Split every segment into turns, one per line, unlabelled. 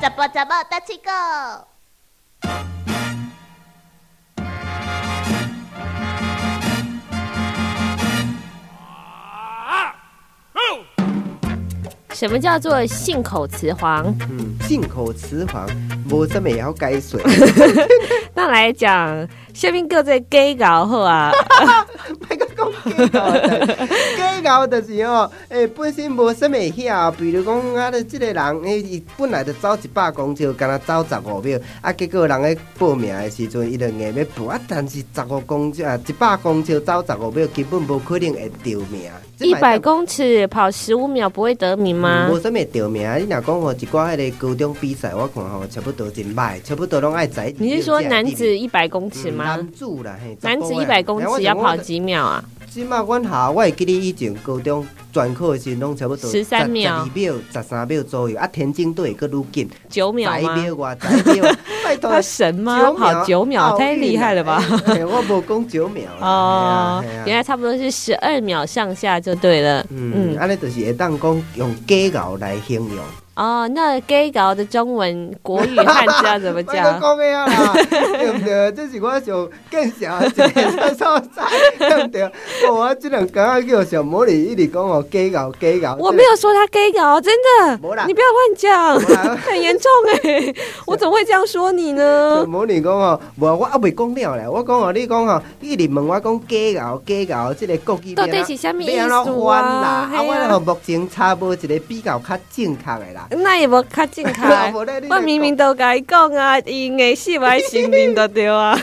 怎么怎么大七狗？
什么叫做信口雌黄？
嗯，进口雌黄，无什么也要改水，
那来讲，下面各在 gay 搞后 啊，
别个讲假搞的，假搞就是哦，诶、本身无什么会晓，比如讲啊，你即个人，诶、伊本来就走一百公尺，敢若走十五秒，啊，结果人咧报名的时阵，伊就硬要报，啊，但是十五公尺啊，一百公尺走十五秒，根本无可能会得名，
一百公尺跑十五秒不会得名吗
嗯无？什么得名，你若讲吼一寡迄个高中比赛，我看吼差不多真歹，差不多拢爱在。
你是说男子一百公尺
嗯
吗？
男子啦，嘿，
男子一百
哎
公尺要跑？几秒啊？
即马阮下，我会记你以前高中专科的时候，拢差不多
13秒
十二秒、十三秒左右。啊，田径队佫愈紧，
九
十
秒
一
吗？
秒外，十 一秒，拜托
他。神吗？
九
跑九秒
奥运啊
太厉害了吧！
哎哎我无讲九秒啦。
哦
嘿啊，嘿
原
啊
来差不多是十二秒上下就对了。
嗯，
嗯，
安尼就是会当讲用假搞来形容。
哦，那 gay 搞的中文国语汉字要怎么
别
讲？
讲咩 啊啦，对不对？这是我上更小的一个所在，对不对？我啊，这两天啊叫小魔女一直讲哦我假搞假搞。
我没有说他 gay 搞，真的
没啦，
你不要乱
没啦
讲， 很严重哎、 我怎么会这样说你呢？
无你讲哦，无我还未讲了咧，我讲哦，你讲哦，你一直问我讲假熬假熬，即个国语
到底是什么意思啊
要安怎翻啦？
嘿
啊，
啊
我咧目前查无一个比较较正确的啦。
那也无较健 康。
无咧你来
我
讲
明明都甲伊讲啊，伊硬死歪心灵的对 啊。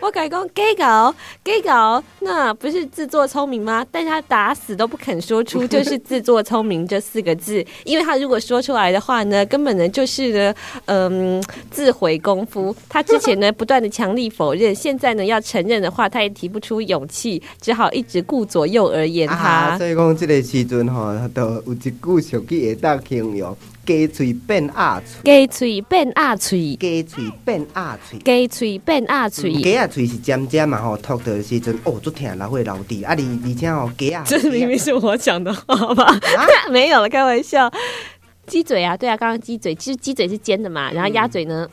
我甲伊讲 gay 搞 gay 搞，那不是自作聪明吗？但是他打死都不肯说出就是自作聪明这四个字， 因为他如果说出来的话呢，根本呢就是呢，嗯，自毁功夫。他之前呢不断的强力否认，现在呢要承认的话，他也提不出勇气，只好一直顾左右而言他。
啊，所以讲即个时阵吼，都有一句俗语会当形容：鸡喙变鸭喙，
鸡嘴变鸭嘴，
鸡喙变鸭喙。
鸡嘴变鸭嘴。
鸡啊，喙是尖尖嘛吼，吐的时阵哦，足疼，流血流滴。啊，而而且吼，鸡啊，
这明明是我讲的话吧？
啊
没有了，开玩笑。鸡嘴啊，对啊，刚刚鸡嘴，其实鸡嘴是尖的
嗯
嘛，然后鸭嘴呢，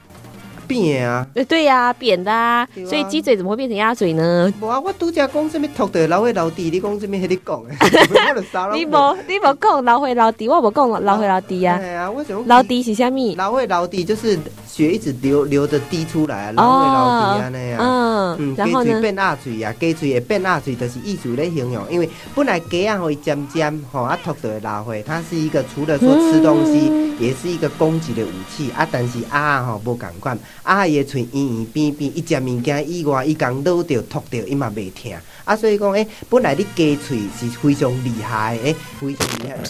变啊。
呃，对呀、扁的啊，
对啊
所以鸡嘴怎么会变成鸭嘴呢？
无啊，我拄则讲什物吐的流血流滴，你讲什物迄你 讲的，我就啥拢
你无你无讲老回老低，我无讲老回老低啊，
哎呀，我想讲
老低是虾米？
老会老滴就是血一直流流着滴出来，啊老会老滴安尼啊。
嗯，
嗯，
然
鸡
后
嘴
呢？
变鸭嘴啊，鸡嘴会变鸭嘴，就是意思咧形容，因为本来鸡啊，会尖尖吼，啊，吐就会流血，它是一个除了说吃东西，
嗯
也是一个攻击的武器啊。但是鸭啊吼无共款，鸭伊的喙圆圆扁扁，伊食物件以外，伊共倒着吐着，伊嘛袂疼啊。所以讲，诶、本来你鸡嘴是非常厉害的，诶、非常厉害，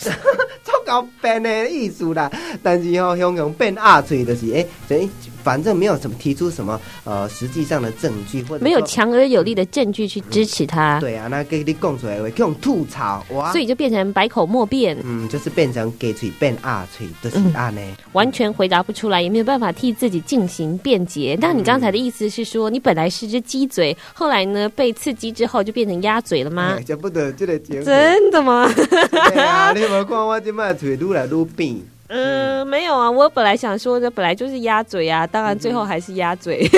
足够变的意思啦。但是吼、形容变鸭嘴就是诶，等、于反正没有什么提出什么呃实际上的证据或者
没有
说
强而有力的证据去支持它，
对啊，那给你讲出来的话，去用吐槽哇
所。以就变成百口莫辩，
嗯，就是变成鸡嘴变鸭嘴，就是安尼。
完全回答不出来，也没有办法替自己进行辩
嗯
解。那你刚才的意思是说，你本来是只鸡嘴，后来呢被刺激之后就变成鸭嘴了吗
哎？差不多这个情况。
嗯真的吗？
对啊，你无看我即摆嘴愈来愈扁。
嗯，没有啊，我本来想说的本来就是鸭嘴啊，当然最后还是鸭 嘴，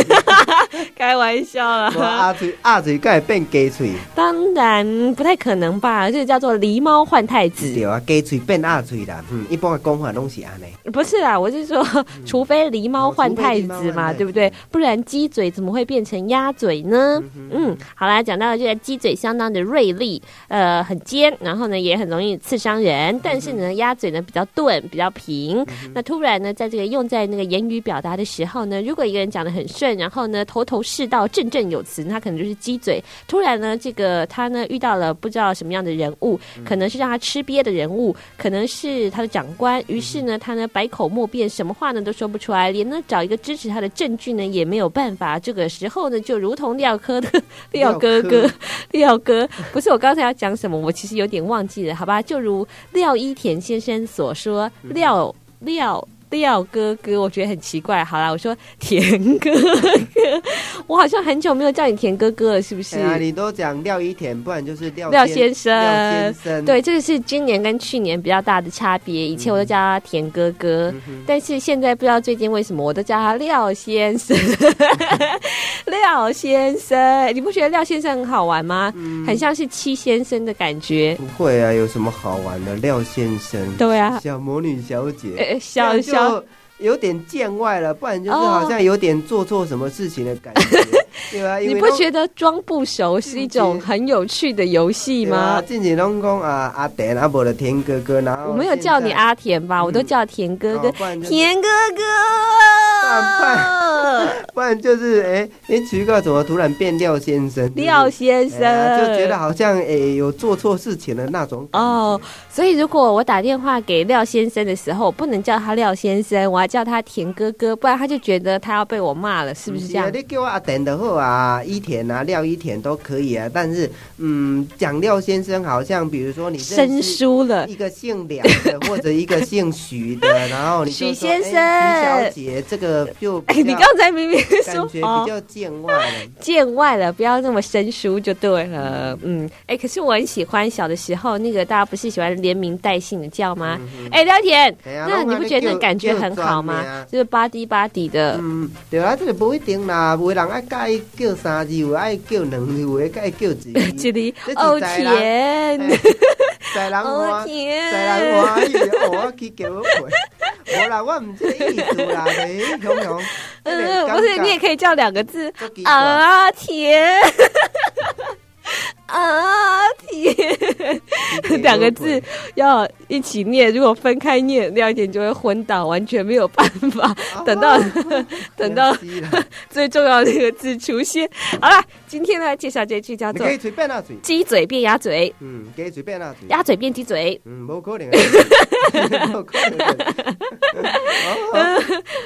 开玩笑
我啊
啦。
鸭嘴鸭嘴，才会变鸡嘴。
当然不太可能吧，这叫做狸猫换太子。
对啊，鸡嘴变鸭嘴啦。嗯，一般的讲法拢是安尼。
不是啦，我是说，除非狸猫换太
嗯
子
哦除非狸猫换
嘛，
太子
对不对？不然鸡嘴怎么会变成鸭嘴呢？嗯，好啦，讲到了这个鸡嘴相当的锐利，呃，很尖，然后呢也很容易刺伤人。但是呢，鸭嘴呢比较钝，比较平。那突然呢，在这个用在那个言语表达的时候呢，如果一个人讲的很顺，然后呢头头是道、振振有词，那他可能就是鸡嘴。突然呢，这个他呢遇到了不知道什么样的人物，可能是让他吃瘪的人物，可能是他的长官。于是呢，他呢百口莫辩，什么话呢都说不出来，连呢找一个支持他的证据呢也没有办法。这个时候呢，就如同廖科的 廖哥哥
廖，
廖哥，不是我刚才要讲什么，我其实
嗯
有点忘记了，好吧？就如廖一田先生所说，廖廖。廖哥哥，我觉得很奇怪。好啦，我说田哥哥， 我好像很久没有叫你田哥哥了，是不是
哎？呀，你都讲廖一田，不然就是廖
廖先
先
生
廖先生，
对，这个是今年跟去年比较大的差别。以前
嗯
我都叫他田哥哥，但是现在不知道最近为什么，我都叫他廖先 生。廖先生，你不觉得廖先生很好玩吗？
嗯
很像是七先生的感觉。
不会啊，有什么好玩的？廖先生，
对啊，
小魔女小姐，
呃，
这
小
样
小
就有点见外了，不然就是好像有点做错什么事情的感 觉，对啊，因
你
为
不
都
觉得装不熟是一种很有趣的游戏
对啊
吗？
近期拢讲啊阿田啊，无的田哥哥，然后
我没有叫你阿田吧，我都叫田哥
现
哥
在哦，不然就是
田哥
饭
哥，
不然就是哎、你奇怪，怎么突然变廖先生？
廖先生
哎呀就觉得好像哎、有做错事情的那种感觉
哦，所以如果我打电话给廖先生的时候，我不能叫他廖先生，我要叫他田哥哥，不然他就觉得他要被我骂了，是不是这样
啊？你给我阿田的后啊，一田啊，廖一田都可以啊。但是，嗯，讲廖先生好像，比如说你认
生
识
疏了。
一个姓梁的或者一个姓许的，然后你就说
许先生
哎许小姐，这个就
哎，
比较
你刚才明明
感
说
觉比
哦，
较见外了。
见外了，不要那么生疏就对了。嗯，哎，可是我很喜欢小的时候那个大家不是喜欢连名带姓的叫吗？哎，廖田，
嗯哎呀
那你不觉得那感觉很好
叫叫
吗
专？啊
就是吧唧吧唧的。
嗯，对啊，这个不一定啦，有的人爱叫伊叫三字，有的爱叫两字，有的爱叫一字
这。 里
这是
哦
在啦
田，
哎在人
哦
欢，
田，
在人欢喜，哦我去叫我陪。无啦，我唔知意思啦，就是雄雄。
嗯，不是，你也可以叫两个字
这个感觉
啊，甜。 啊甜，两个字要一起念，如果分开念，廖一点就会昏倒，完全没有办法。 等到等到
你
最重要的那个字出现，好了，今天呢介绍这句叫做
可以随便啊嘴，
“鸡嘴变鸭嘴，
嗯，可以随便啊嘴，
鸭嘴变鸡嘴
嗯，无可能的，无可能的，”，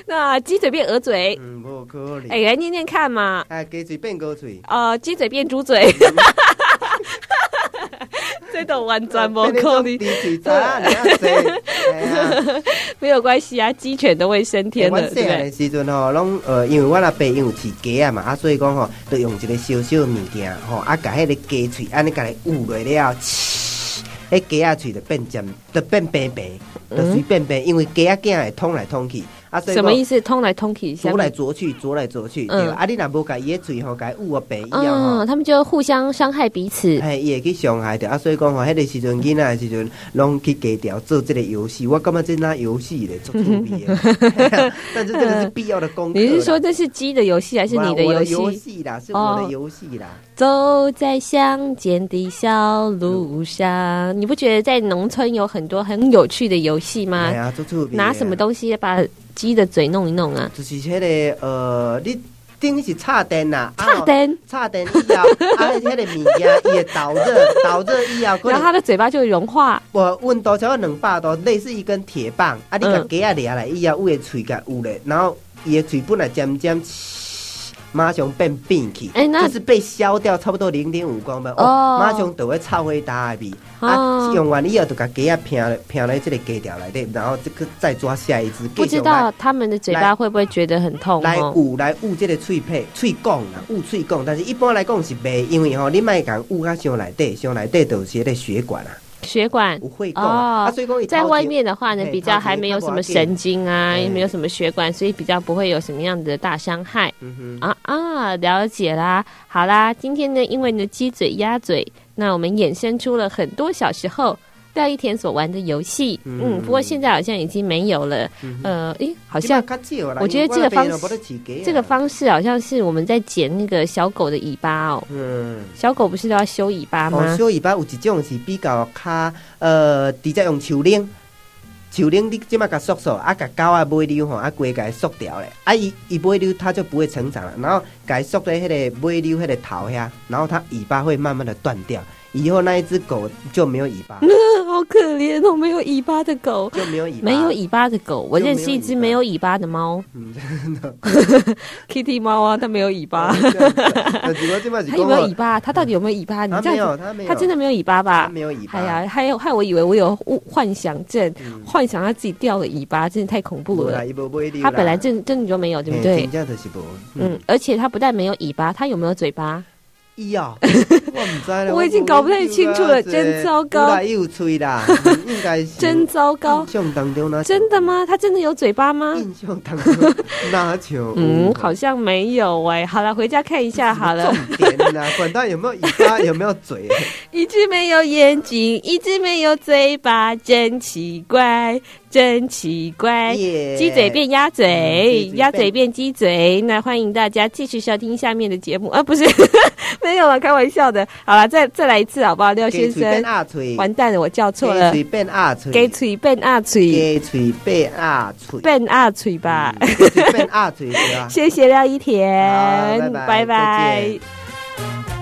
那鸡嘴变鹅嘴，
嗯，无可
哎，
能。
来念念看嘛。
啊，鸡嘴变高嘴，
呃，鸡嘴变猪嘴，
嗯
这种玩转不够
你
的，
嘴渣，你啊嘴，哎呀。
没有关系啊，鸡犬都会升天
哎我
的，对
细
不
汉
对？
的时阵吼，拢呃，因为我阿伯因有饲鸡啊嘛，啊，所以讲吼，就用一个小小物件吼，啊，甲迄个鸡喙安尼甲伊捂落了，迄鸡仔喙就变尖，就变平平，就随便平，因为鸡仔囝会通来通去，啊，所
嗯
以
什么意
讲
思？嗯通来通去一下
啄。来啄去，啄来啄去，对吧？啊，你若无甲伊的喙吼，甲伊捂啊平以后
嗯，
吼。
他们就互相伤害彼此。
哎，伊会去伤害着啊，所以讲吼，迄个时阵囡仔的时阵，拢去加条做这个游戏，我感觉这哪游戏咧，足趣 味的。 但是这个是必要的功课啦。
你是说这是鸡的游戏还是你
的
的游
游
戏？
戏啦，是
哦
我的游戏啦。
走在乡间的小路上，你不觉得在农村有很多很有趣的游戏吗
哎？呀，做出
啊拿什么？东西把鸡的嘴弄一弄啊？
就是迄、个呃，你顶是插电啦，啊
插，灯，
插电以后，啊，迄个物件伊会导热，导热以后，可
然后
能
它的嘴巴就会融化。
我温度超过两百度，类似一根铁棒，啊，你甲
嗯
鸡仔掠来以后，有的喙甲有咧，然后伊的嘴本来尖尖。马上变变去，
哎那
就是被削掉差不多零点五公分，
哦
哦，马上就会臭灰搭的味。啊
哦，
用完以后就把鸡啊拼拼来这个鸡条来底，然后这个再抓下一只。
不知道他们的嘴巴会不会觉得很痛
来
哦？
捂来捂这个喙皮、喙讲啦，捂喙讲，但是一般来讲是袂，因为吼你莫共捂较伤内底，伤内底就是迄个血管啊，
血管
有血管
哦
啊，啊所以讲它
在外面的话呢，
嘿
比较还没有什么神经啊，
头前
也没有什么血管，所以比较不会有什么样子的大伤害
头前。嗯
啊啊！了解啦，好啦，今天呢，因为呢鸡嘴鸭嘴，那我们衍生出了很多小时候。廖一田所玩的游戏，嗯，不过现在好像已经没有了。呃，诶，好像
嗯哼，现在较少啦
我觉得这个方式
因为我那边都没得饲鸡啊
这个，方式好像是我们在剪那个小狗的尾巴哦，
嗯。
小狗不是都要修尾巴吗？
哦，小尾巴有一种是比较较呃，直接用手链，手链你即马甲缩缩，啊，甲狗啊尾溜吼，啊，规个缩掉咧，啊，伊伊尾溜它就不会成长了，然后改缩在迄个尾溜迄个头遐，然后它尾巴会慢慢的断掉，以后那一只狗就没有尾 巴，
好可怜哦，没有尾巴的狗。
就没有尾巴，
没有尾巴的狗，我
就没有
认识一只没有尾巴的猫
嗯，真的， 哦
，Kitty 猫啊，它没有尾巴，
那只不过这啊摆是
它
讲
有没有尾
哦，
巴？它到底有没有尾巴？你
它
这
没
样
有，它
子，
没有，
它真的没有尾巴
它
吧？
没有尾巴，
哎呀，还有害我以为我有误幻想症，
嗯，
幻想他自己掉了尾巴，真的太恐怖
无
了
啦，。伊无尾溜啦
他本来真真的就没有，对不
嘿
对
真？正就是无，
嗯，，而且他不但没有尾巴，他有没有嘴巴？
伊哦，我唔知啦，
我已经搞不太清楚了
我不知道
真糟糕
有啦，伊有喙啦， 嗯应该是
真糟糕
印！象当中哪像
真的？吗？他真的有嘴巴吗？
印象当中哪像 有？
嗯，好像没有哎。好了，回家看一下好了。
重点啦，管他有没有尾巴，有没有 嘴，
一只没有眼睛，一只没有嘴巴，真奇怪，真奇怪。
耶
哎鸡嘴变鸭嘴
嗯鸡嘴，变
鸭嘴变鸡嘴。那欢迎大家继续收听下面的节目啊，不是 没有了，开玩笑的。好了，再再来一次好不好，廖
鸡
先
嘴变
生？
鸭嘴，
完蛋了，我叫错
鸡
了，
嘴变鸭嘴，
给嘴变鸭嘴，
鸡嘴变鸭嘴，
变鸭嘴吧。
嗯鸡嘴变鸭嘴对吧？
谢谢廖一田
好，
拜
拜拜再
拜
见